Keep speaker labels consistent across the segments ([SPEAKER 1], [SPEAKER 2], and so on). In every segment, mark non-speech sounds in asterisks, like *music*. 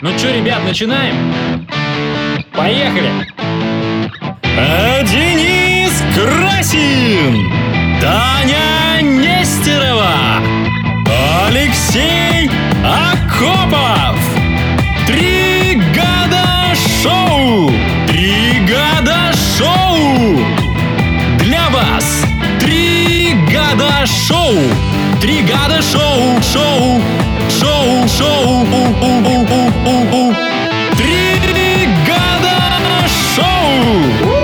[SPEAKER 1] Ну чё, ребят, начинаем? Поехали! А, Денис Красин! Таня Нестерова! Алексей Акопов! Три года шоу! Три года шоу! Для вас! Три года шоу! Три года шоу! Шоу! Шоу! Шоу! У, у, у, у, у, у. Три года шоу!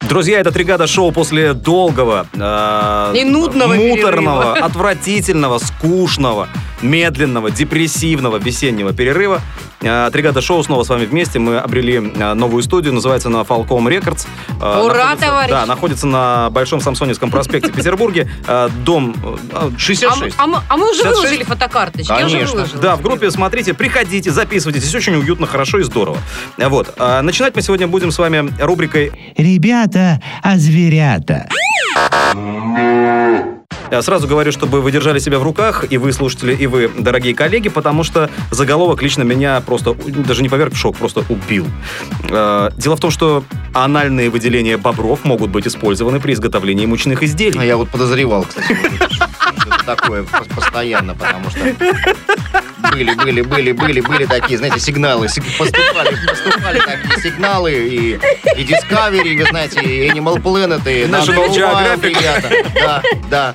[SPEAKER 2] Друзья, это тригада шоу после долгого, э,
[SPEAKER 3] И нудного
[SPEAKER 2] муторного,
[SPEAKER 3] перерыва.
[SPEAKER 2] отвратительного, скучного, медленного, депрессивного весеннего перерыва. Э, тригада шоу снова с вами вместе. Мы обрели э, новую студию, называется она Falcom Records. Э,
[SPEAKER 3] Ура,
[SPEAKER 2] находится-
[SPEAKER 3] товарищи!
[SPEAKER 2] Да, находится на Большом Самсоневском проспекте в Петербурге. Э, Дом э,
[SPEAKER 3] А, мы-
[SPEAKER 2] 66.
[SPEAKER 3] а мы, а мы уже
[SPEAKER 2] 66?
[SPEAKER 3] выложили фотокарточки. Я уже
[SPEAKER 2] Конечно.
[SPEAKER 3] выложила.
[SPEAKER 2] Да, в группе смотрите, приходите, записывайтесь. Здесь очень уютно, хорошо и здорово. Э, Вот. Э, Начинать мы сегодня будем с вами рубрикой
[SPEAKER 4] Ребята, а зверята.
[SPEAKER 2] Я Э, Сразу говорю, чтобы вы держали себя в руках, и вы, слушатели, и вы, дорогие коллеги, потому что заголовок лично меня просто, у- даже не поверг в шок, просто убил. Э, Дело в том, что анальные выделения бобров могут быть использованы при изготовлении мучных
[SPEAKER 5] А
[SPEAKER 2] изделий.
[SPEAKER 5] я вот подозревал, кстати, вот, что это такое пос- постоянно, потому что были, были, были, были, были такие, знаете, сигналы, сиг- поступали, поступали такие сигналы, и, и Discovery, и, вы знаете, и Animal Planet, и
[SPEAKER 2] National
[SPEAKER 5] National Geographic,
[SPEAKER 2] Geographic.
[SPEAKER 5] ребята, да, да.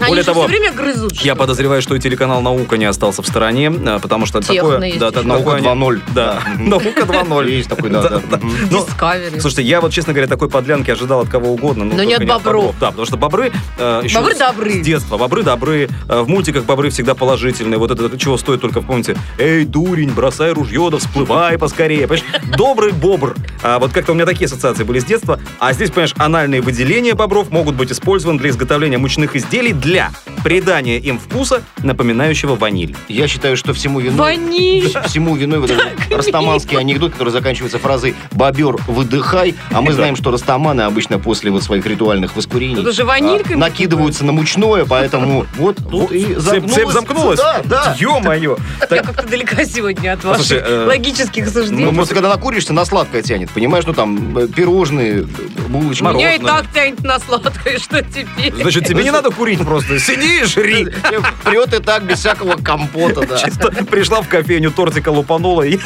[SPEAKER 3] Они
[SPEAKER 2] более
[SPEAKER 3] же
[SPEAKER 2] того,
[SPEAKER 3] все время грызут.
[SPEAKER 2] Я
[SPEAKER 3] что-то.
[SPEAKER 2] подозреваю, что и телеканал «Наука» не остался в стороне, э, потому что
[SPEAKER 3] Техно
[SPEAKER 2] такое...
[SPEAKER 3] есть
[SPEAKER 2] Да,
[SPEAKER 3] еще.
[SPEAKER 2] да,
[SPEAKER 5] Наука
[SPEAKER 2] такое-
[SPEAKER 5] 2.0.
[SPEAKER 2] Да, «Наука 2.0».
[SPEAKER 5] Есть такой, да, да. Мгм.
[SPEAKER 2] Ну,
[SPEAKER 3] Discovery.
[SPEAKER 2] Слушайте, я вот, честно говоря, такой подлянки ожидал от кого угодно. ну,
[SPEAKER 3] Но
[SPEAKER 2] только
[SPEAKER 3] не от бобров.
[SPEAKER 2] Да, потому что бобры... э, еще
[SPEAKER 3] Бобры
[SPEAKER 2] с-
[SPEAKER 3] добры.
[SPEAKER 2] С детства. Бобры добры. Э, в мультиках бобры всегда положительные. Вот это чего стоит только, помните, «Эй, дурень, бросай ружье, да всплывай поскорее». Понимаешь? Добрый бобр. А вот как-то у меня такие ассоциации были с детства. А здесь, понимаешь, анальные выделения бобров могут быть использованы для изготовления мучных изделий для придания им вкуса, напоминающего ваниль.
[SPEAKER 5] Я считаю, что всему
[SPEAKER 2] ну,
[SPEAKER 5] виной...
[SPEAKER 3] Ваниль.
[SPEAKER 5] Всему виной вот этот растаманский анекдот, который заканчивается фразой «бобер, выдыхай», а мы знаем, что растаманы обычно после вот своих ритуальных воскурений
[SPEAKER 3] Тут уже
[SPEAKER 5] а,
[SPEAKER 3] ванильками.
[SPEAKER 5] накидываются на мучное, поэтому вот тут и
[SPEAKER 2] Цепь- Цепь замкнулась?
[SPEAKER 5] Да, да.
[SPEAKER 2] Ё-моё!
[SPEAKER 3] Я как-то далека сегодня от ваших
[SPEAKER 2] Слушай, э,
[SPEAKER 3] логических суждений.
[SPEAKER 5] Ну, просто когда накуришься, на сладкое тянет, понимаешь? Ну, там, э, пирожные, э, булочки.
[SPEAKER 3] Меня и
[SPEAKER 2] мороженое.
[SPEAKER 3] так тянет на сладкое, что теперь?
[SPEAKER 2] Значит, тебе не надо курить просто. Сиди и жри.
[SPEAKER 5] Тебе Э, Прет и так, без всякого компота, да.
[SPEAKER 2] Чисто пришла в кофейню, тортика лупанула и...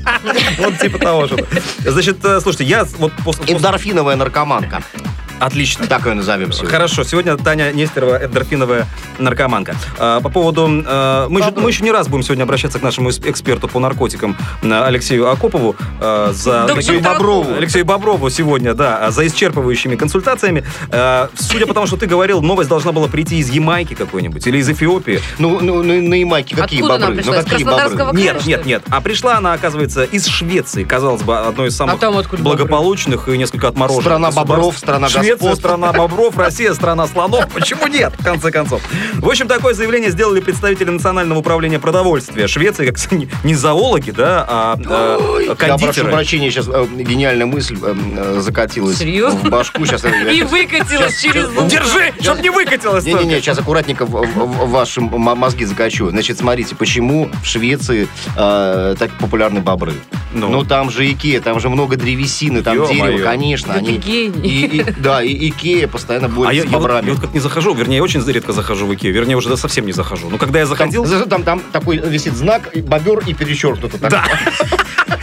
[SPEAKER 2] *laughs* Вот типа того же. Значит, э, слушайте, я вот после... после-
[SPEAKER 5] Эндорфиновая наркоманка.
[SPEAKER 2] Отлично.
[SPEAKER 5] Так ее назовем сегодня.
[SPEAKER 2] Хорошо, сегодня Таня Нестерова, эндорфиновая наркоманка. А, По поводу... э, Мы еще, мы еще не раз будем сегодня обращаться к нашему эс- эксперту по наркотикам э, Алексею Акопову э, за...
[SPEAKER 3] Доктор
[SPEAKER 2] Алексею
[SPEAKER 3] Акопов.
[SPEAKER 2] Боброву. Алексею Боброву сегодня, да, а за исчерпывающими консультациями. Э, Судя по тому, что ты говорил, новость должна была прийти из Ямайки какой-нибудь или из Эфиопии.
[SPEAKER 5] Ну, ну, ну, на Ямайке какие
[SPEAKER 3] Откуда
[SPEAKER 5] бобры?
[SPEAKER 3] нам
[SPEAKER 5] ну,
[SPEAKER 3] пришла? Из
[SPEAKER 5] какие
[SPEAKER 3] Краснодарского
[SPEAKER 5] бобры?
[SPEAKER 3] края,
[SPEAKER 2] Нет,
[SPEAKER 3] что
[SPEAKER 2] нет,
[SPEAKER 3] ли?
[SPEAKER 2] нет. А пришла она, оказывается, из Швеции. Казалось бы, одной из самых
[SPEAKER 3] А там откуда
[SPEAKER 2] благополучных и несколько отмороженных.
[SPEAKER 5] Страна
[SPEAKER 2] государств.
[SPEAKER 5] бобров, страна
[SPEAKER 2] Швеция,
[SPEAKER 5] господ.
[SPEAKER 2] страна бобров, Россия, страна слонов. Почему нет, в конце концов? В общем, такое заявление сделали представители Национального управления продовольствия Швеции, как не- не зоологи, да, а э,
[SPEAKER 5] Я прошу
[SPEAKER 2] кондитеры.
[SPEAKER 5] прощения, сейчас гениальная мысль э, э, закатилась
[SPEAKER 3] Серьезно?
[SPEAKER 5] в башку. Сейчас
[SPEAKER 3] И выкатилась через лук.
[SPEAKER 2] Ну, Держи, чтоб не выкатилось только.
[SPEAKER 5] Не-не-не, сейчас аккуратненько в, в- в ваши м- мозги закачу. Значит, смотрите, почему в Швеции э, так популярны бобры?
[SPEAKER 2] Ну.
[SPEAKER 5] Ну. там же Икея, там же много древесины, там
[SPEAKER 2] Ё-моё.
[SPEAKER 5] дерево, конечно.
[SPEAKER 3] Да ты
[SPEAKER 5] они...
[SPEAKER 3] гений.
[SPEAKER 5] и- и- да, и Икея постоянно
[SPEAKER 2] А я,
[SPEAKER 5] борется с
[SPEAKER 2] я вот, я
[SPEAKER 5] бобрами.
[SPEAKER 2] вот как не захожу, вернее, я очень редко захожу в Икею, вернее, уже да, совсем не захожу. Но когда я
[SPEAKER 5] Там,
[SPEAKER 2] заходил,
[SPEAKER 5] за- там, там такой висит знак, и бобер и перечеркнуто. Так.
[SPEAKER 2] Да.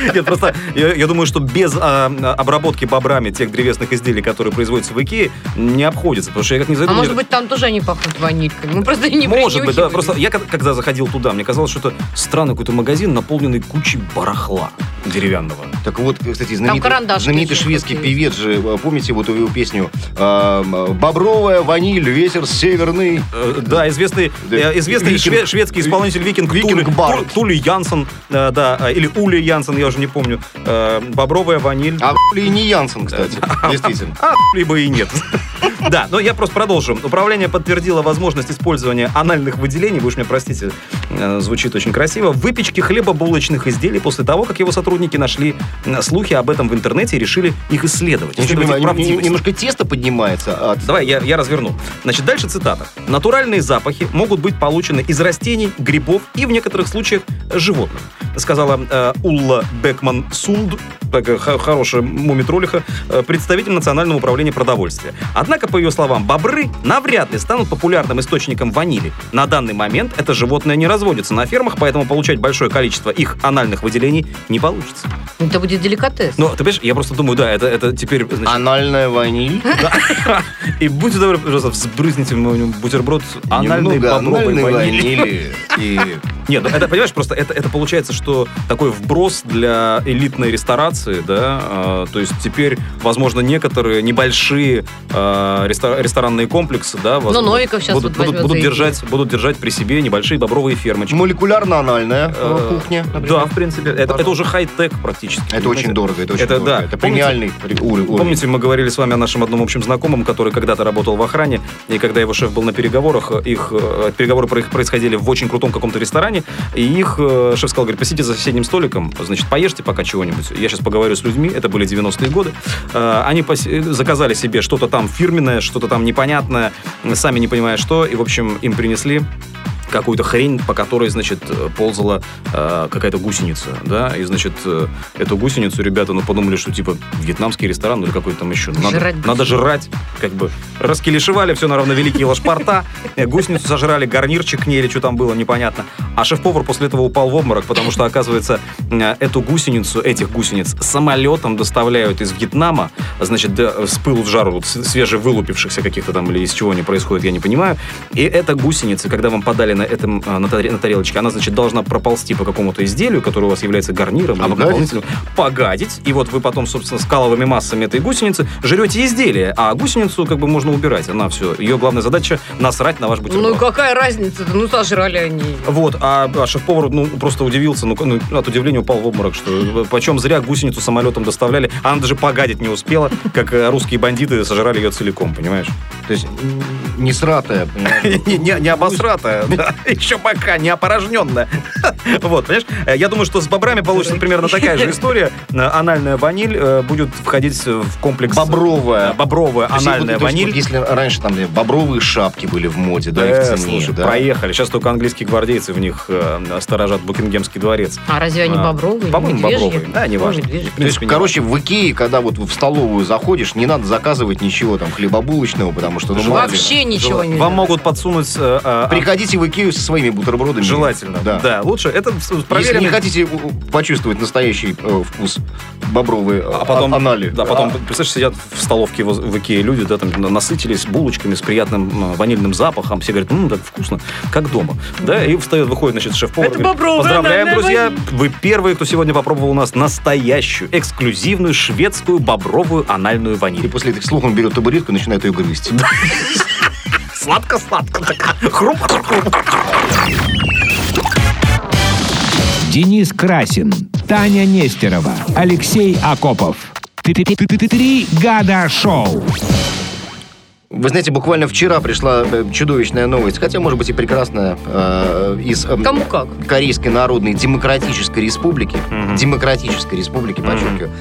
[SPEAKER 2] *laughs* Нет, просто я, я думаю, что без а, обработки бобрами тех древесных изделий, которые производятся в Икее, не обходится. Потому что я как не зайду...
[SPEAKER 3] А
[SPEAKER 2] мне-
[SPEAKER 3] может быть, там тоже они пахнут ванильками? Мы просто не
[SPEAKER 2] Может быть, да.
[SPEAKER 3] принюхивались.
[SPEAKER 2] Просто я как- когда заходил туда, мне казалось, что это странный какой-то магазин, наполненный кучей барахла деревянного.
[SPEAKER 5] Так вот, кстати, знаменитый,
[SPEAKER 3] карандашки
[SPEAKER 5] знаменитый
[SPEAKER 3] еще
[SPEAKER 5] шведский
[SPEAKER 3] какие-то
[SPEAKER 5] певец же, э, помните вот его песню э, «Бобровая ваниль, ветер северный».
[SPEAKER 2] Э, Да, известный,
[SPEAKER 5] Да.
[SPEAKER 2] э, известный
[SPEAKER 5] Викинг.
[SPEAKER 2] шве- шведский исполнитель Викинг,
[SPEAKER 5] Викинг
[SPEAKER 2] Тули-
[SPEAKER 5] Барт.
[SPEAKER 2] Ту- Тули Янсен, э, да, э, или Ули Янсен, я уже не помню. Э, Бобровая ваниль.
[SPEAKER 5] А хули и не Янсен, кстати, действительно.
[SPEAKER 2] А, либо и нет. *laughs* Да, но я просто продолжу. Управление подтвердило возможность использования анальных выделений, вы уж меня простите, э, звучит очень красиво, в выпечке хлебобулочных изделий после того, как его сотрудники нашли э, слухи об этом в интернете и решили их исследовать.
[SPEAKER 5] Я
[SPEAKER 2] исследовать
[SPEAKER 5] не
[SPEAKER 2] их
[SPEAKER 5] понимаю, н- н-
[SPEAKER 2] правдивость.
[SPEAKER 5] Немножко тесто поднимается от...
[SPEAKER 2] Давай, я, я разверну. Значит, дальше цитата. «Натуральные запахи могут быть получены из растений, грибов и, в некоторых случаях, животных», сказала э, Улла Бекман Сулд, такая хо- хорошая мумитролиха, э, представитель Национального управления продовольствия. Однако, по ее словам, бобры навряд ли станут популярным источником ванили. На данный момент это животное не разводится на фермах, поэтому получать большое количество их анальных выделений не получится.
[SPEAKER 3] Это будет деликатес.
[SPEAKER 2] Но, ты понимаешь, я просто думаю, да, это, это теперь... значит,
[SPEAKER 5] Анальная ваниль.
[SPEAKER 2] да. И будьте добры, пожалуйста, взбрызните мой бутерброд анальной
[SPEAKER 5] Немного
[SPEAKER 2] бобровой
[SPEAKER 5] анальной
[SPEAKER 2] ванили.
[SPEAKER 5] ванили. И
[SPEAKER 2] Нет, ну это, понимаешь, просто это, это получается, что такой вброс для элитной ресторации, да, э, то есть теперь, возможно, некоторые небольшие э, рестор- ресторанные комплексы, да, возможно,
[SPEAKER 3] Ну, Новиков сейчас
[SPEAKER 2] будут,
[SPEAKER 3] вот
[SPEAKER 2] будут,
[SPEAKER 3] возьмет
[SPEAKER 2] будут
[SPEAKER 3] за идею.
[SPEAKER 2] держать, будут держать при себе небольшие бобровые фермочки.
[SPEAKER 5] молекулярно-анальная
[SPEAKER 2] Э,
[SPEAKER 5] э, кухня,
[SPEAKER 2] Да,
[SPEAKER 5] например.
[SPEAKER 2] в принципе, это, это
[SPEAKER 5] Пожалуйста.
[SPEAKER 2] уже хай-тек практически.
[SPEAKER 5] Это очень
[SPEAKER 2] понимаете?
[SPEAKER 5] дорого, это очень
[SPEAKER 2] Это
[SPEAKER 5] дорого.
[SPEAKER 2] да.
[SPEAKER 5] Это
[SPEAKER 2] Помните-
[SPEAKER 5] премиальный при- ур- уровень.
[SPEAKER 2] Помните, мы говорили с вами о нашем одном общем знакомом, который когда-то работал в охране, и когда его шеф был на переговорах, их э, переговоры про- происходили в очень крутом каком-то ресторане, и их э, шеф сказал, говорит, посидите за соседним столиком, значит, поешьте пока чего-нибудь. Я сейчас поговорю с людьми, это были 90-е годы. Э, Они посе- заказали себе что-то там фирменное, что-то там непонятное, сами не понимая что, и, в общем, им принесли какую-то хрень, по которой, значит, э, ползала э, какая-то гусеница, да, и, значит, э, эту гусеницу ребята, ну, подумали, что, типа, вьетнамский ресторан ну, или какой-то там еще. Ну, Надо
[SPEAKER 3] Жрать
[SPEAKER 2] надо жрать, как бы. Раскелешивали, все наравно великие лошпорта, э, гусеницу сожрали, гарнирчик к ней или что там было, непонятно. А шеф-повар после этого упал в обморок, потому что, оказывается, э, эту гусеницу, этих гусениц самолетом доставляют из Вьетнама, значит, да, с пылу в жару, вот с- свежевылупившихся каких-то там или из чего они происходят, я не понимаю. И эта гусеница, когда вам подали на, этом, э, на, таре- на тарелочке, она, значит, должна проползти по какому-то изделию, которое у вас является гарниром или
[SPEAKER 5] Обгадить?
[SPEAKER 2] дополнительным, погадить, и вот вы потом, собственно, скаловыми массами этой гусеницы жрете изделие, а гусеницу как бы можно убирать, она все. Ее главная задача — насрать на ваш бутерброд.
[SPEAKER 3] Ну и какая разница-то? Ну сожрали они.
[SPEAKER 2] Вот, а, а шеф-повар, ну, просто удивился, ну, к- ну, от удивления упал в обморок, что э, почем зря гусеницу самолетом доставляли, а она даже погадить не успела, как э, русские бандиты сожрали ее целиком, понимаешь?
[SPEAKER 5] То есть м, не сратая, понимаешь?
[SPEAKER 2] *laughs* Не, не, не обосратая, *laughs* да. еще пока не опорожненная. *laughs* Вот, понимаешь? Э, Я думаю, что с бобрами получится примерно такая же история. Э, Анальная ваниль э, будет входить э, в комплекс...
[SPEAKER 5] Бобровая.
[SPEAKER 2] Э, Бобровая
[SPEAKER 5] То есть,
[SPEAKER 2] анальная
[SPEAKER 5] вот, то есть,
[SPEAKER 2] ваниль.
[SPEAKER 5] вот Если раньше там э, бобровые шапки были в моде, да,
[SPEAKER 2] Э,
[SPEAKER 5] и в цене,
[SPEAKER 2] слушай,
[SPEAKER 5] да.
[SPEAKER 2] проехали. Сейчас только английские гвардейцы в них э, сторожат Букингемский дворец.
[SPEAKER 3] А разве они
[SPEAKER 2] А,
[SPEAKER 3] бобровые?
[SPEAKER 2] По-моему,
[SPEAKER 3] Медвежьи?
[SPEAKER 2] бобровые. Да, неважно.
[SPEAKER 3] Ну, медвежьи.
[SPEAKER 2] В
[SPEAKER 5] То есть,
[SPEAKER 2] принципе,
[SPEAKER 5] короче, в Икее, когда вот в столовую заходишь, не надо заказывать ничего там хлебобулочного, потому что, ну, мало ли.
[SPEAKER 3] Вообще ничего
[SPEAKER 2] неважно.
[SPEAKER 3] не
[SPEAKER 2] Вам
[SPEAKER 3] надо.
[SPEAKER 2] могут подсунуть... э, э,
[SPEAKER 5] Приходите в Икею со своими бутербродами.
[SPEAKER 2] Желательно. Да.
[SPEAKER 5] Да.
[SPEAKER 2] лучше. Это с- с
[SPEAKER 5] Если не
[SPEAKER 2] проверенный-
[SPEAKER 5] хотите у- почувствовать настоящий э, вкус бобровой э,
[SPEAKER 2] А потом,
[SPEAKER 5] анали.
[SPEAKER 2] да, потом, представляешь, сидят в столовке воз- в Икее люди, да, там на- насытились булочками с приятным э, ванильным запахом, все говорят, ммм, так вкусно, как дома. Да, и встает, выходит, значит, шеф-повар,
[SPEAKER 3] Это
[SPEAKER 2] говорит,
[SPEAKER 3] бобровая
[SPEAKER 2] поздравляем,
[SPEAKER 3] анальная
[SPEAKER 2] друзья,
[SPEAKER 3] ваниль».
[SPEAKER 2] вы первые, кто сегодня попробовал у нас настоящую, эксклюзивную шведскую бобровую анальную
[SPEAKER 5] И
[SPEAKER 2] ваниль.
[SPEAKER 5] после этих слов он берет табуретку и начинает ее грызть.
[SPEAKER 2] Сладко-сладко, такая, хруп-хруп.
[SPEAKER 4] Денис Красин, Таня Нестерова, Алексей Акопов. Три года шоу.
[SPEAKER 5] Вы знаете, буквально вчера пришла э, чудовищная новость, хотя, может быть, и прекрасная, э, из э,
[SPEAKER 3] Кому как?
[SPEAKER 5] Корейской Народной Демократической Республики.
[SPEAKER 2] Мгм.
[SPEAKER 5] Демократической Республики,
[SPEAKER 2] Мгм.
[SPEAKER 5] подчеркиваю.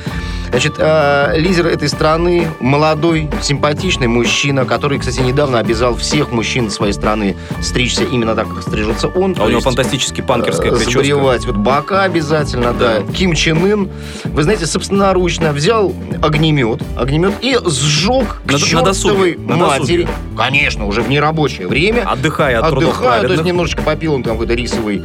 [SPEAKER 5] Значит, э, лидер этой страны, молодой, симпатичный мужчина, который, кстати, недавно обязал всех мужчин своей страны стричься именно так, как стрижется он.
[SPEAKER 2] А у
[SPEAKER 5] то
[SPEAKER 2] него
[SPEAKER 5] есть,
[SPEAKER 2] фантастически панкерская
[SPEAKER 5] э,
[SPEAKER 2] прическа.
[SPEAKER 5] забривать. Вот бока обязательно, да. Ким Чен Ын, вы знаете, собственноручно взял огнемет, огнемет и сжег к
[SPEAKER 2] На- на
[SPEAKER 5] чертовой
[SPEAKER 2] досуге, на
[SPEAKER 5] матери.
[SPEAKER 2] досуге.
[SPEAKER 5] Конечно, уже в нерабочее время.
[SPEAKER 2] Отдыхая от трудов
[SPEAKER 5] Отдыхаю, то есть
[SPEAKER 2] праведных.
[SPEAKER 5] немножечко попил он там какой-то рисовый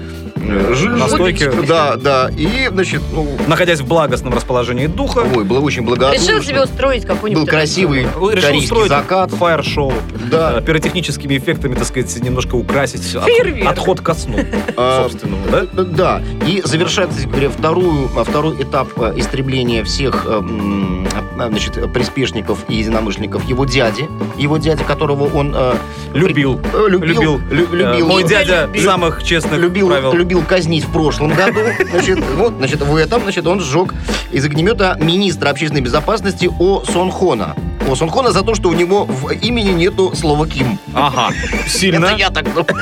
[SPEAKER 5] э, жир.
[SPEAKER 2] Настойки.
[SPEAKER 5] Да, да. И, значит, ну,
[SPEAKER 2] находясь в благостном расположении духа,
[SPEAKER 5] ой, было очень
[SPEAKER 3] Решил себе
[SPEAKER 5] благодушно.
[SPEAKER 3] устроить какой-нибудь...
[SPEAKER 5] Был красивый корейский закат.
[SPEAKER 2] фаер-шоу.
[SPEAKER 5] Да.
[SPEAKER 2] Э, Пиротехническими эффектами, так сказать, немножко украсить. от-
[SPEAKER 3] Фейерверк.
[SPEAKER 2] Отход ко
[SPEAKER 5] *laughs*
[SPEAKER 2] сну,
[SPEAKER 5] А,
[SPEAKER 2] собственному, да?
[SPEAKER 5] Э, Да, и завершает, кстати говоря, вторую, а, второй этап э, истребления всех э, м, а, значит, приспешников и единомышленников его дяди, его дядя, которого он э,
[SPEAKER 2] Любил.
[SPEAKER 5] при- э, любил,
[SPEAKER 2] Любил.
[SPEAKER 5] лю-
[SPEAKER 2] Э,
[SPEAKER 5] любил,
[SPEAKER 2] Мой
[SPEAKER 5] э,
[SPEAKER 2] дядя
[SPEAKER 5] любил-
[SPEAKER 2] самых честных
[SPEAKER 5] любил,
[SPEAKER 2] правил.
[SPEAKER 5] любил казнить в
[SPEAKER 2] *laughs*
[SPEAKER 5] прошлом году. Значит, вот, значит, в этом, значит, он сжег из огнемета министра общественной безопасности О. Сонхона. О. Сонхона за то, что у него в имени нету слова Ким.
[SPEAKER 2] Ага. Сильно.
[SPEAKER 5] Это я так думаю.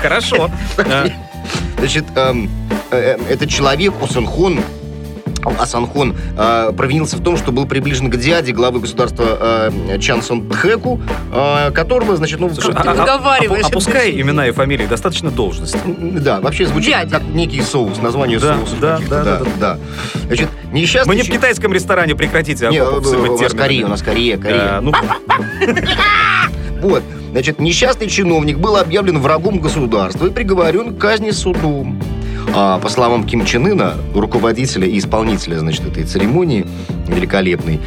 [SPEAKER 2] Хорошо. Э,
[SPEAKER 5] *laughs* Значит, эм, э, э, этот человек, Осанхон, Асанхон э, провинился в том, что был приближен к дяде главы государства э, Чансон Тхэку, э, которого, значит, ну...
[SPEAKER 2] слушай,
[SPEAKER 5] как-
[SPEAKER 3] ты
[SPEAKER 2] а- а-
[SPEAKER 3] выговариваешь
[SPEAKER 2] опу- Опускай
[SPEAKER 3] это?
[SPEAKER 2] имена и фамилии, достаточно должности.
[SPEAKER 5] Да, вообще звучит
[SPEAKER 3] Дядя.
[SPEAKER 5] как некий соус, название
[SPEAKER 2] Да,
[SPEAKER 5] соуса.
[SPEAKER 2] да,
[SPEAKER 5] каких-то,
[SPEAKER 2] да,
[SPEAKER 5] да. Значит, несчастный...
[SPEAKER 2] Мы не в а китайском ресторане, прекратите
[SPEAKER 5] Не,
[SPEAKER 2] окопов
[SPEAKER 5] э,
[SPEAKER 2] сыпать
[SPEAKER 5] у нас
[SPEAKER 2] терминами.
[SPEAKER 5] Корея, у нас Корея, Корея.
[SPEAKER 2] Э, Ну,
[SPEAKER 5] Вот, значит, несчастный чиновник был объявлен врагом государства и приговорен к казни судом. А, по словам Ким Чен Ына, руководителя и исполнителя, значит, этой церемонии великолепной,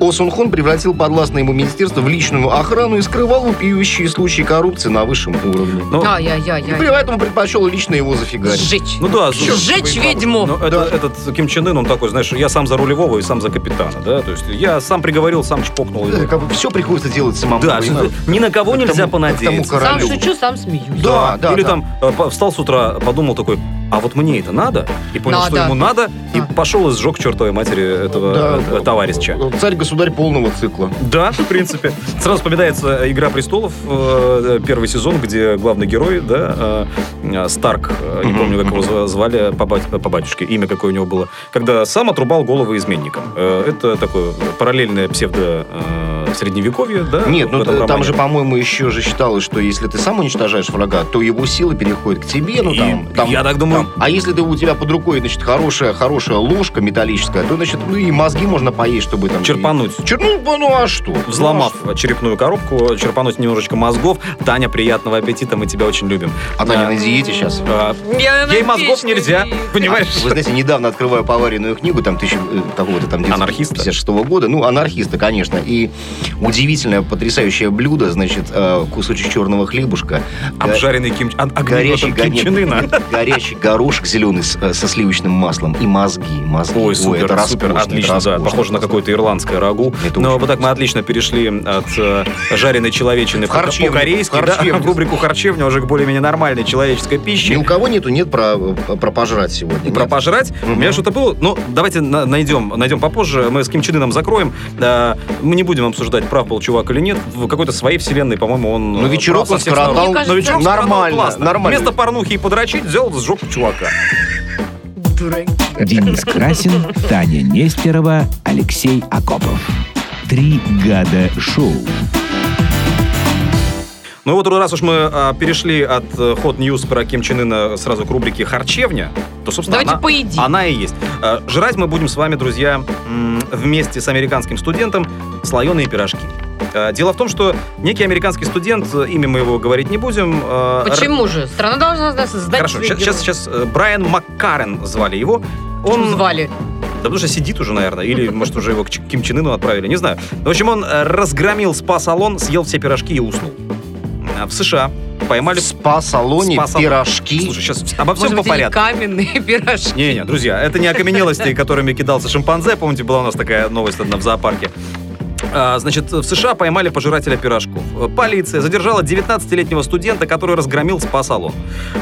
[SPEAKER 5] О Сун Хон превратил подвластное ему министерство в личную охрану и скрывал вопиющие случаи коррупции на высшем уровне.
[SPEAKER 2] ну,
[SPEAKER 5] *laughs* И
[SPEAKER 3] Ай-яй-яй-яй.
[SPEAKER 5] поэтому предпочел лично его зафигарить.
[SPEAKER 3] Сжечь.
[SPEAKER 2] ну да, слушай,
[SPEAKER 3] Сжечь
[SPEAKER 2] Ну,
[SPEAKER 5] вы-
[SPEAKER 3] ведьму.
[SPEAKER 2] это- этот Ким Чен Ын, он такой, знаешь, я сам за рулевого и сам за капитана, да? То есть я сам приговорил, сам чпокнул его.
[SPEAKER 5] все приходится делать самому.
[SPEAKER 2] Да,
[SPEAKER 5] понимаешь?
[SPEAKER 2] ни на кого
[SPEAKER 5] К тому-
[SPEAKER 2] нельзя
[SPEAKER 5] к тому
[SPEAKER 2] понадеяться.
[SPEAKER 5] королю.
[SPEAKER 3] Сам шучу, сам смеюсь.
[SPEAKER 5] Да, да,
[SPEAKER 2] Или
[SPEAKER 5] да.
[SPEAKER 2] там э, по- встал с утра, подумал такой, а вот мне это надо? И понял, что
[SPEAKER 3] Надо.
[SPEAKER 2] ему надо, и
[SPEAKER 3] Да.
[SPEAKER 2] пошел и сжег к чертовой матери этого
[SPEAKER 5] Да,
[SPEAKER 2] э,
[SPEAKER 5] да.
[SPEAKER 2] товарища.
[SPEAKER 5] Царь-государь полного цикла.
[SPEAKER 2] Да, в принципе. Сразу вспоминается «Игра престолов», э, первый сезон, где главный герой, да, э, э, Старк, э, не
[SPEAKER 5] Мгм,
[SPEAKER 2] помню, как его зва- звали, по, бать- по батюшке, имя какое у него было, когда сам отрубал головы изменникам. Э, Это такое параллельное псевдо э, средневековье, да?
[SPEAKER 5] Нет,
[SPEAKER 2] в
[SPEAKER 5] ну
[SPEAKER 2] этом
[SPEAKER 5] т- там
[SPEAKER 2] романе.
[SPEAKER 5] же, по-моему, еще же считалось, что если ты сам уничтожаешь врага, то его силы переходят к тебе, ну
[SPEAKER 2] И
[SPEAKER 5] там... там-
[SPEAKER 2] я так думаю.
[SPEAKER 5] там. А если ты у тебя под рукой, значит, хорошая, хорошая ложка металлическая, то, значит, ну и мозги можно поесть, чтобы там...
[SPEAKER 2] Черпануть.
[SPEAKER 5] и- Чер- Ну, ну, а что?
[SPEAKER 2] Взломав черепную коробку, черпануть немножечко мозгов. Таня, приятного аппетита, мы тебя очень любим.
[SPEAKER 5] Ну, а что? А Таня на диете сейчас.
[SPEAKER 2] Э,
[SPEAKER 3] Я на
[SPEAKER 2] Ей мозгов
[SPEAKER 3] печке
[SPEAKER 2] нельзя,
[SPEAKER 3] не-
[SPEAKER 2] понимаешь?
[SPEAKER 5] Вы знаете, недавно открываю поваренную книгу, там тысячу, э, такого-то там
[SPEAKER 2] Анархиста?
[SPEAKER 5] 1956 года. Ну, анархиста, конечно. И удивительное, потрясающее блюдо, значит, э, кусочек черного хлебушка. Э,
[SPEAKER 2] Обжаренный ким... а-
[SPEAKER 5] горячий,
[SPEAKER 2] огнеметом
[SPEAKER 5] го-
[SPEAKER 2] Ким
[SPEAKER 5] нет,
[SPEAKER 2] Чен Ына.
[SPEAKER 5] горячий горошек зеленый с- э, со сливочным маслом и мозги, мозги.
[SPEAKER 2] Ой, супер,
[SPEAKER 5] это
[SPEAKER 2] супер,
[SPEAKER 5] роскошно, это
[SPEAKER 2] отлично, да,
[SPEAKER 5] роскошно.
[SPEAKER 2] похоже на какое-то ирландское рагу.
[SPEAKER 5] Это
[SPEAKER 2] Но
[SPEAKER 5] очень
[SPEAKER 2] вот так мы отлично перешли от э, жареной человечины
[SPEAKER 5] В
[SPEAKER 2] по-
[SPEAKER 5] харчевню,
[SPEAKER 2] по-корейски,
[SPEAKER 5] в
[SPEAKER 2] да,
[SPEAKER 5] харчевню.
[SPEAKER 2] в рубрику харчевня уже к более-менее нормальной человеческой пище.
[SPEAKER 5] Ни у кого нету, нет про, э, про пожрать сегодня.
[SPEAKER 2] И Ну, про
[SPEAKER 5] нет.
[SPEAKER 2] пожрать. У меня
[SPEAKER 5] Мгм.
[SPEAKER 2] что-то было. Ну, давайте на- найдем, найдем попозже. Мы с Ким Чен Ыном закроем. Да, мы не будем обсуждать, прав был чувак или нет. В какой-то своей вселенной, по-моему, он...
[SPEAKER 5] Ну,
[SPEAKER 2] э,
[SPEAKER 5] вечерок
[SPEAKER 2] прав со
[SPEAKER 5] он
[SPEAKER 2] всех
[SPEAKER 5] скоротал.
[SPEAKER 2] сторон.
[SPEAKER 3] Мне кажется,
[SPEAKER 2] Но вечерок скоротал
[SPEAKER 5] Ну, нормально,
[SPEAKER 2] классно.
[SPEAKER 5] нормально.
[SPEAKER 2] Вместо порнухи и подрочить, взял с жопу чувака.
[SPEAKER 3] Дураки.
[SPEAKER 4] Денис Красин, Таня Нестерова, Алексей Акопов. Три года шоу.
[SPEAKER 2] Ну и вот раз уж мы а, перешли от э, Hot News про Ким Чен Ына сразу к рубрике «Харчевня», то, собственно,
[SPEAKER 3] Давайте
[SPEAKER 2] она,
[SPEAKER 3] поедим.
[SPEAKER 2] она и есть. Э, жрать мы будем с вами, друзья, м, вместе с американским студентом слоеные пирожки. Э, Дело в том, что некий американский студент, э, имя мы его говорить не будем. э,
[SPEAKER 3] Почему же? Страна должна нас сдать
[SPEAKER 2] Хорошо,
[SPEAKER 3] своих
[SPEAKER 2] сейчас,
[SPEAKER 3] героев.
[SPEAKER 2] сейчас э, Брайан Маккарен звали его.
[SPEAKER 3] Почему
[SPEAKER 2] Он,
[SPEAKER 3] звали.
[SPEAKER 2] да потому что сидит уже, наверное,
[SPEAKER 3] *laughs*
[SPEAKER 2] или, может, уже его к Ч- Ким Чен Ыну отправили, не знаю. В общем, он э, разгромил спа-салон, съел все пирожки и уснул. А В США поймали...
[SPEAKER 5] В спа-салоне
[SPEAKER 2] Спа-салон.
[SPEAKER 5] пирожки.
[SPEAKER 2] Слушай, сейчас обо всем по
[SPEAKER 3] Может быть, или
[SPEAKER 2] порядку.
[SPEAKER 3] каменные *laughs* пирожки.
[SPEAKER 2] Не-не, друзья, это не окаменелости, которыми кидался шимпанзе. Помните, была у нас такая новость одна в зоопарке. А, Значит, в США поймали пожирателя пирожков. Полиция задержала 19-летнего студента, который разгромил спа-салон.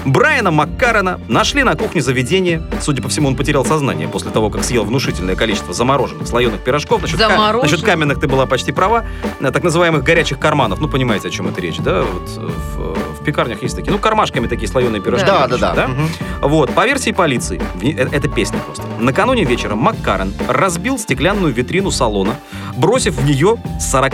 [SPEAKER 2] Брайана Маккарена нашли на кухне заведения. Судя по всему, он потерял сознание после того, как съел внушительное количество замороженных слоеных пирожков. Насчет, ка-
[SPEAKER 3] Замороженных?
[SPEAKER 2] насчет каменных ты была почти права. Э, Так называемых горячих карманов. Ну, понимаете, о чем это речь, да? Вот э, в, в пекарнях есть такие. Ну, кармашками такие слоеные пирожки.
[SPEAKER 5] Да, да,
[SPEAKER 2] обычно,
[SPEAKER 5] да. Мгм.
[SPEAKER 2] вот, по версии полиции, в- э- это песня просто. Накануне вечером Маккарен разбил стеклянную витрину салона, бросив в нее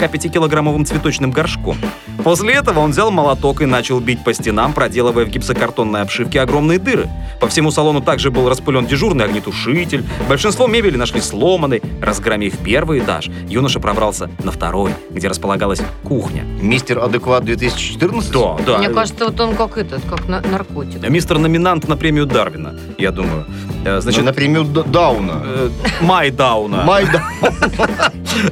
[SPEAKER 2] 45-килограммовым цветочным горшком. После этого он взял молоток и начал бить по стенам, проделывая в гипсокартонной обшивке огромные дыры. По всему салону также был распылен дежурный огнетушитель. Большинство мебели нашли сломанной. Разгромив первый этаж, юноша пробрался на второй, где располагалась кухня.
[SPEAKER 5] Мистер Адекват 2014?
[SPEAKER 2] да.
[SPEAKER 3] Мне кажется, вот он как этот, как на- наркотик.
[SPEAKER 2] Мистер номинант на премию Дарвина, я
[SPEAKER 5] Ну,
[SPEAKER 2] думаю. Э, Значит, Э,
[SPEAKER 5] Значит, например, Д- Дауна.
[SPEAKER 2] Майдауна.
[SPEAKER 5] Майдан.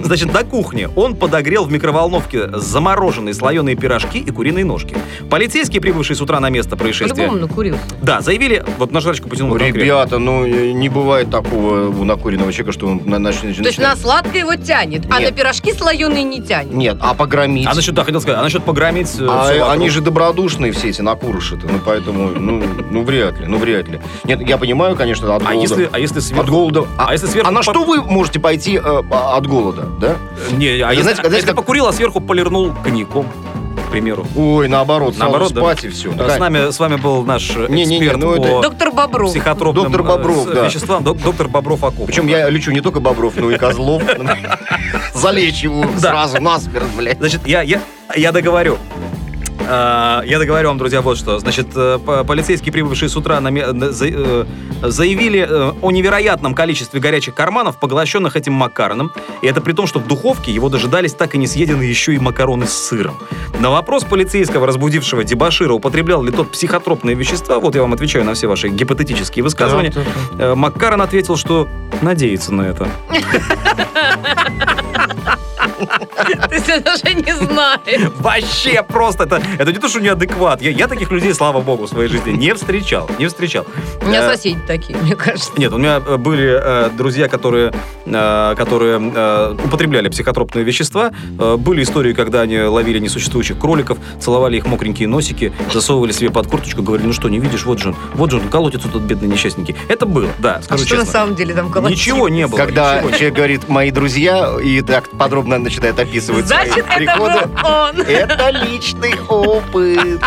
[SPEAKER 2] Значит, на кухне он подогрел в микроволновке замороженные слоеные пирожки и куриные ножки. Полицейские, прибывшие с утра на место происшествия,
[SPEAKER 3] По-любому накурился.
[SPEAKER 2] да, заявили, вот на жрачку потянул конкретно.
[SPEAKER 5] Ребята, ну э, не бывает такого у накуренного человека, что он на- нач-
[SPEAKER 3] То есть на
[SPEAKER 5] начинает-
[SPEAKER 3] сладкое его тянет, а на
[SPEAKER 5] Нет.
[SPEAKER 3] пирожки слоеные не тянет.
[SPEAKER 5] Нет, а погромить.
[SPEAKER 2] А насчет, да, хотел сказать, а насчет погромить э,
[SPEAKER 5] А
[SPEAKER 2] всё вокруг?
[SPEAKER 5] они же добродушные все эти накурыши-то, ну поэтому, ну, ну вряд ли, ну вряд ли. Нет, я понимаю, конечно, от
[SPEAKER 2] А
[SPEAKER 5] голода.
[SPEAKER 2] если, а если сверху...
[SPEAKER 5] От голода.
[SPEAKER 2] А, если сверху...
[SPEAKER 5] А на
[SPEAKER 2] по-
[SPEAKER 5] что вы можете пойти э, а- от голода, да?
[SPEAKER 2] Не, а
[SPEAKER 5] Вы
[SPEAKER 2] если,
[SPEAKER 5] знаете,
[SPEAKER 2] а если
[SPEAKER 5] как-
[SPEAKER 2] покурил, а сверху полирнул коньяком, к примеру.
[SPEAKER 5] Ой, наоборот, сразу
[SPEAKER 2] Наоборот, да.
[SPEAKER 5] спать и все.
[SPEAKER 2] С нами, с вами был наш э, эксперт
[SPEAKER 5] Не-не-не, ну это-
[SPEAKER 2] по
[SPEAKER 3] Доктор Бобров. *laughs*
[SPEAKER 2] психотропным
[SPEAKER 5] Доктор
[SPEAKER 2] э,
[SPEAKER 5] Бобров,
[SPEAKER 2] с-
[SPEAKER 5] да.
[SPEAKER 2] веществам, док- доктор Бобров Акопов.
[SPEAKER 5] Причем я лечу не только Бобров, но
[SPEAKER 2] *laughs*
[SPEAKER 5] и Козлов. Залечь его
[SPEAKER 2] Да.
[SPEAKER 5] сразу насмерть, блядь.
[SPEAKER 2] Значит, я, я, я договорю. А, Я договорю вам, друзья, вот что. Значит, э, по- полицейские, прибывшие с утра, на ме- на- за- э, заявили э, о невероятном количестве горячих карманов, поглощенных этим макароном. И это при том, что в духовке его дожидались так и не съедены еще и макароны с сыром. На вопрос полицейского, разбудившего дебашира, употреблял ли тот психотропные вещества, вот я вам отвечаю на все ваши гипотетические высказывания, э, Макарон ответил, что надеется на это.
[SPEAKER 3] Ты всё даже не
[SPEAKER 2] Э.
[SPEAKER 3] знаешь.
[SPEAKER 2] Вообще просто это, это не то, что неадекват. Я, я таких людей, слава богу, в своей жизни не встречал. Не встречал.
[SPEAKER 3] У меня
[SPEAKER 2] Э,
[SPEAKER 3] соседи такие, мне кажется.
[SPEAKER 2] Нет, у меня э, были э, друзья, которые, э, которые э, употребляли психотропные вещества. Э, были истории, когда они ловили несуществующих кроликов, целовали их мокренькие носики, засовывали себе под курточку, говорили, ну что, не видишь, вот же он, вот же он, колотится тут бедные несчастники. Это было, да,
[SPEAKER 3] А
[SPEAKER 2] скажу
[SPEAKER 3] что на
[SPEAKER 2] честно.
[SPEAKER 3] самом деле там колотилось?
[SPEAKER 2] Ничего не было.
[SPEAKER 5] Когда
[SPEAKER 2] ничего не
[SPEAKER 5] человек говорит «мои друзья» и так подробно начинает описывать свои
[SPEAKER 3] Значит, это
[SPEAKER 5] приходы,
[SPEAKER 3] был он.
[SPEAKER 5] это личный опыт.
[SPEAKER 2] было.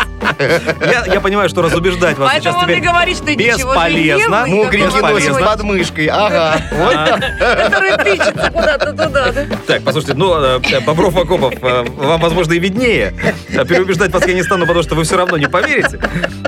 [SPEAKER 2] Я, я понимаю, что разубеждать вас сейчас
[SPEAKER 3] Поэтому он и
[SPEAKER 2] теперь
[SPEAKER 3] говорит, что ничего же не
[SPEAKER 2] бесполезно.
[SPEAKER 3] было, и
[SPEAKER 5] Мокренький
[SPEAKER 3] какого
[SPEAKER 5] носик с
[SPEAKER 2] Бесполезно.
[SPEAKER 3] чего,
[SPEAKER 5] подмышкой, ага. Вот так.
[SPEAKER 3] Который тычется куда-то туда. да?
[SPEAKER 2] Так, послушайте, ну, э, Бобров Акопов, э, вам, возможно, и виднее. Э, Переубеждать вас я не стану, потому что вы все равно не поверите.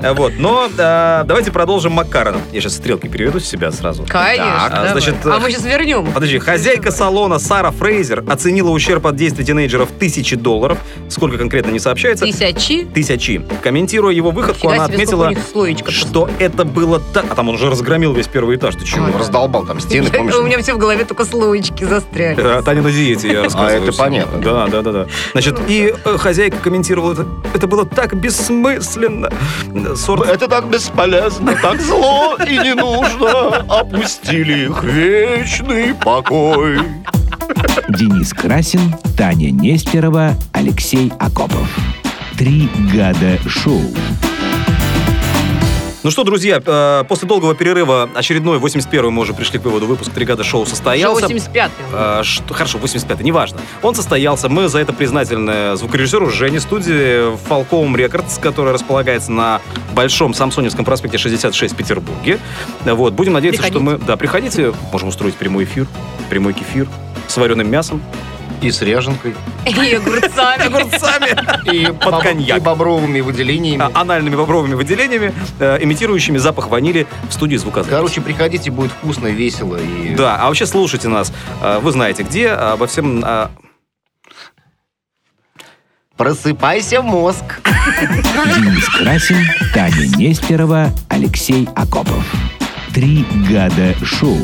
[SPEAKER 2] Э, Вот, но э, давайте продолжим Макарона. Я сейчас стрелки переведу с себя сразу.
[SPEAKER 3] Конечно.
[SPEAKER 2] Так, а,
[SPEAKER 3] давай.
[SPEAKER 2] значит, э,
[SPEAKER 3] А мы сейчас вернем.
[SPEAKER 2] Подожди, хозяйка салона Сара Фрейзер оценила ущерб от действий тинейджеров тысячи долларов. Сколько конкретно не сообщается.
[SPEAKER 3] Тысячи.
[SPEAKER 2] Тысячи. Комментируя его выходку,
[SPEAKER 3] Фига
[SPEAKER 2] она
[SPEAKER 3] себе, сколько у
[SPEAKER 2] отметила,
[SPEAKER 3] них слоечка.
[SPEAKER 2] что это было так... А там он уже разгромил весь первый этаж, ты чего?
[SPEAKER 3] А,
[SPEAKER 5] Ну, Раздолбал
[SPEAKER 3] *laughs*
[SPEAKER 5] там стены, помнишь?
[SPEAKER 3] У меня все в голове только слоечки застряли.
[SPEAKER 2] Э, Таня на диете, я рассказываю.
[SPEAKER 5] А, это
[SPEAKER 2] всем.
[SPEAKER 5] понятно.
[SPEAKER 2] Да, да, да, да. Значит, и э, хозяйка комментировала это. Это было так бессмысленно. Сорт...
[SPEAKER 5] Это так бесполезно, так зло и не нужно. Опустили их в вечный покой.
[SPEAKER 4] Денис Красин, Таня Нестерова, Алексей Акопов. Три гада шоу.
[SPEAKER 2] Ну что, друзья, э, после долгого перерыва очередной 81-й мы уже пришли к выводу выпуск «Три года шоу»
[SPEAKER 3] Уже
[SPEAKER 2] состоялся.
[SPEAKER 3] 85-м.
[SPEAKER 2] Э, что- хорошо, 85-й, неважно. Он состоялся. Мы за это признательны звукорежиссеру Жене студии Falcom Records, которая располагается на Большом Самсоневском проспекте 66 в Петербурге. Э, Вот, будем надеяться, что мы... Да, приходите, можем устроить прямой эфир, прямой кефир с вареным мясом.
[SPEAKER 5] И с ряженкой.
[SPEAKER 3] *laughs* И огурцами.
[SPEAKER 2] Огурцами!
[SPEAKER 5] И боб-
[SPEAKER 2] коньяк.
[SPEAKER 5] И бобровыми выделениями.
[SPEAKER 2] А, Анальными бобровыми выделениями, э, имитирующими запах ванили в студии звукозаписи.
[SPEAKER 5] Короче, приходите, будет вкусно, весело и...
[SPEAKER 2] Да, а вообще слушайте нас. Э, Вы знаете где, обо всем... э,
[SPEAKER 5] Просыпайся, мозг.
[SPEAKER 4] Денис Красин, Таня Нестерова, Алексей Акопов. Три гада шоу.